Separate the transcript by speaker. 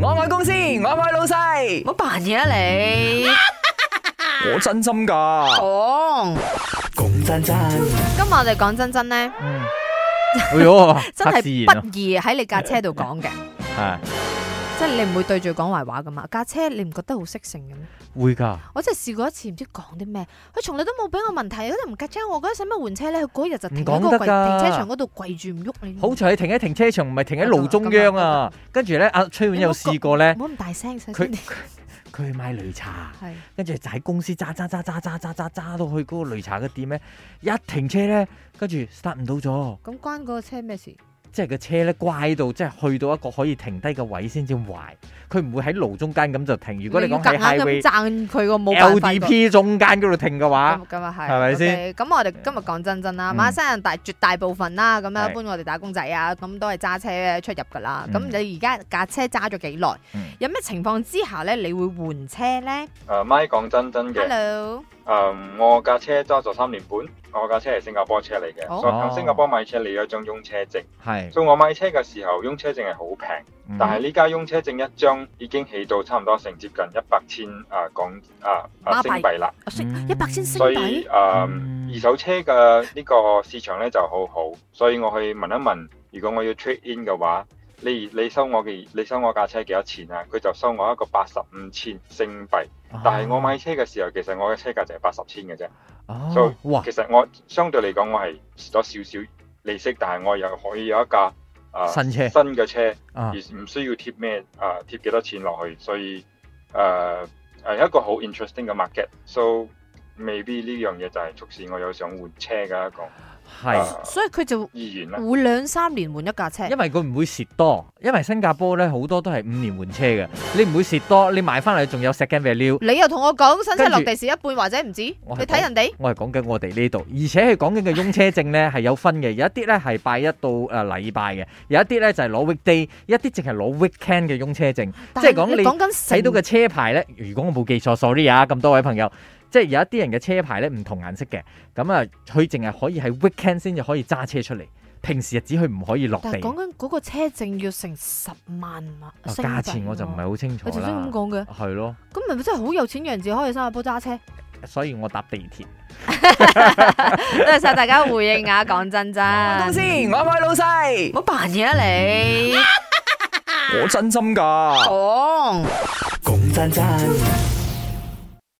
Speaker 1: 我爱公司，我爱老细
Speaker 2: 唔，好扮嘢啊你！
Speaker 1: 我真心噶。
Speaker 2: 嗯講
Speaker 1: 講真真，
Speaker 2: 今日我哋講真真咧，
Speaker 3: 哎 呦，
Speaker 2: 真
Speaker 3: 黑自
Speaker 2: 係
Speaker 3: 然
Speaker 2: 不易喺你架車度講嘅，
Speaker 3: 啊，
Speaker 2: 即係你唔會對住講壞話噶嘛。架車你唔覺得好識性嘅咩？
Speaker 3: 係會㗎，
Speaker 2: 我真係試過一次，唔知講啲咩，佢從來都冇俾我問題，嗰陣唔架車，我嗰陣使乜換車咧？佢嗰日就停喺個
Speaker 3: 唔講得
Speaker 2: 櫃停
Speaker 3: 㗎
Speaker 2: 車場嗰度跪住唔喐你。
Speaker 3: 好彩停喺停車場，唔係停喺路中央啊。跟住咧，阿崔婉有試過咧
Speaker 2: 唔，好咁大聲，首
Speaker 3: 佢
Speaker 2: 先
Speaker 3: 佢佢去買擂茶，
Speaker 2: 係
Speaker 3: 跟住就喺公司揸揸揸揸揸揸揸揸到去嗰個擂茶嘅店咧，一停車咧，跟住 start 唔到咗，
Speaker 2: 咁關嗰個車咩事？
Speaker 3: 即係個車咧乖到，即係去到一個可以停低嘅位先至壞，佢唔會喺路中間咁就停。如果你講喺
Speaker 2: 要夾硬
Speaker 3: highway
Speaker 2: 咁讚佢個冇辦法個
Speaker 3: LDP 中間嗰度停嘅話
Speaker 2: 咁，咁啊係，
Speaker 3: 係咪先
Speaker 2: OK，咁我哋今日講真真啦，
Speaker 3: 嗯
Speaker 2: 馬來西亞人大絕大部分啦，咁樣
Speaker 3: 係
Speaker 2: 一般我哋打工仔啊，咁都係揸車出入噶啦。咁
Speaker 3: 嗯
Speaker 2: 你而家架車揸咗幾耐
Speaker 3: 嗯？
Speaker 2: 有咩情況之下咧，你會換車咧
Speaker 4: 誒咪講呃真真嘅，誒、呃
Speaker 2: ？Hello，
Speaker 4: 我架車揸咗三年半，我架車係新加坡車嚟嘅，
Speaker 2: 哦
Speaker 4: 所以喺新加坡買車你有一張擁車證，
Speaker 3: 係
Speaker 4: 所以我買車嘅時候擁車證係好平，
Speaker 3: 嗯
Speaker 4: 但係呢家擁車證一張已經起到差唔多成接近一百千啊港啊
Speaker 2: 馬幣
Speaker 4: 啊星幣啦，
Speaker 2: 我識
Speaker 3: 嗯
Speaker 2: 一百先星
Speaker 4: 所以
Speaker 2: 幣
Speaker 4: 誒、
Speaker 3: 嗯
Speaker 4: 二手車嘅呢個市場咧就好好，所以我去問一問，如果我要 trade in 嘅話。你你收我嘅你收我架車幾多錢啊？佢就收我一個八十五千星幣，
Speaker 3: 啊
Speaker 4: 但係我買車嘅時候，其實我嘅車價就係八十千嘅啫。
Speaker 3: 哦，
Speaker 4: 所以
Speaker 3: 哇，
Speaker 4: 其實我相對嚟講，我係蝕咗少少利息，但係我又可以有一架啊、
Speaker 3: 新車
Speaker 4: 新嘅車，
Speaker 3: 啊
Speaker 4: 而唔需要貼咩啊貼幾多錢落去，所以誒係、一個好 interesting 嘅 market，so 未必呢樣嘢就係促使我有想換車嘅一個
Speaker 3: 係。
Speaker 4: 啊
Speaker 2: 底，所以佢就
Speaker 4: 意願啦。
Speaker 2: 會兩三年換一架車
Speaker 3: 因。為佢唔會蝕多，因為新加坡咧好多都係五年換車嘅，你唔會蝕多，你買翻嚟仲有 second value。
Speaker 2: 你又同我講新車
Speaker 3: 跟住
Speaker 2: 落地是一半或者唔止，
Speaker 3: 我係
Speaker 2: 你睇人哋
Speaker 3: 我係講緊我哋呢度，而且佢講緊嘅擁車證咧係有分嘅，有一啲咧係拜一到誒禮拜嘅，有一啲咧就係攞 weekday，一啲淨係攞 weekend 嘅擁車證，即係講
Speaker 2: 但係你
Speaker 3: 你
Speaker 2: 講緊
Speaker 3: 睇到
Speaker 2: 嘅
Speaker 3: 嘅車牌咧，如果我冇記錯，sorry 啊，咁多位朋友，即係有一啲人嘅車牌咧唔同顏色嘅，咁啊佢淨係可以喺 weekend 先至可以揸車出嚟，平時日子佢唔可以落
Speaker 2: 但
Speaker 3: 地
Speaker 2: 係。講緊嗰個車證要成十萬嘛，
Speaker 3: 啊
Speaker 2: 星
Speaker 3: 價
Speaker 2: 幣
Speaker 3: 錢我就唔係
Speaker 2: 喎
Speaker 3: 好清楚
Speaker 2: 佢頭先
Speaker 3: 啦
Speaker 2: 咁。講嘅。
Speaker 3: 係咯。
Speaker 2: 咁咪真係好有錢人至可以新加坡揸車？
Speaker 3: 所以我搭地鐵。
Speaker 2: 多謝晒大家回應啊！嗯講真真，
Speaker 1: 公司，
Speaker 2: 唔
Speaker 1: 我爱老细，
Speaker 2: 好扮嘢啊你！啊嗯
Speaker 1: 我真心噶。
Speaker 2: 講。
Speaker 1: 講真真。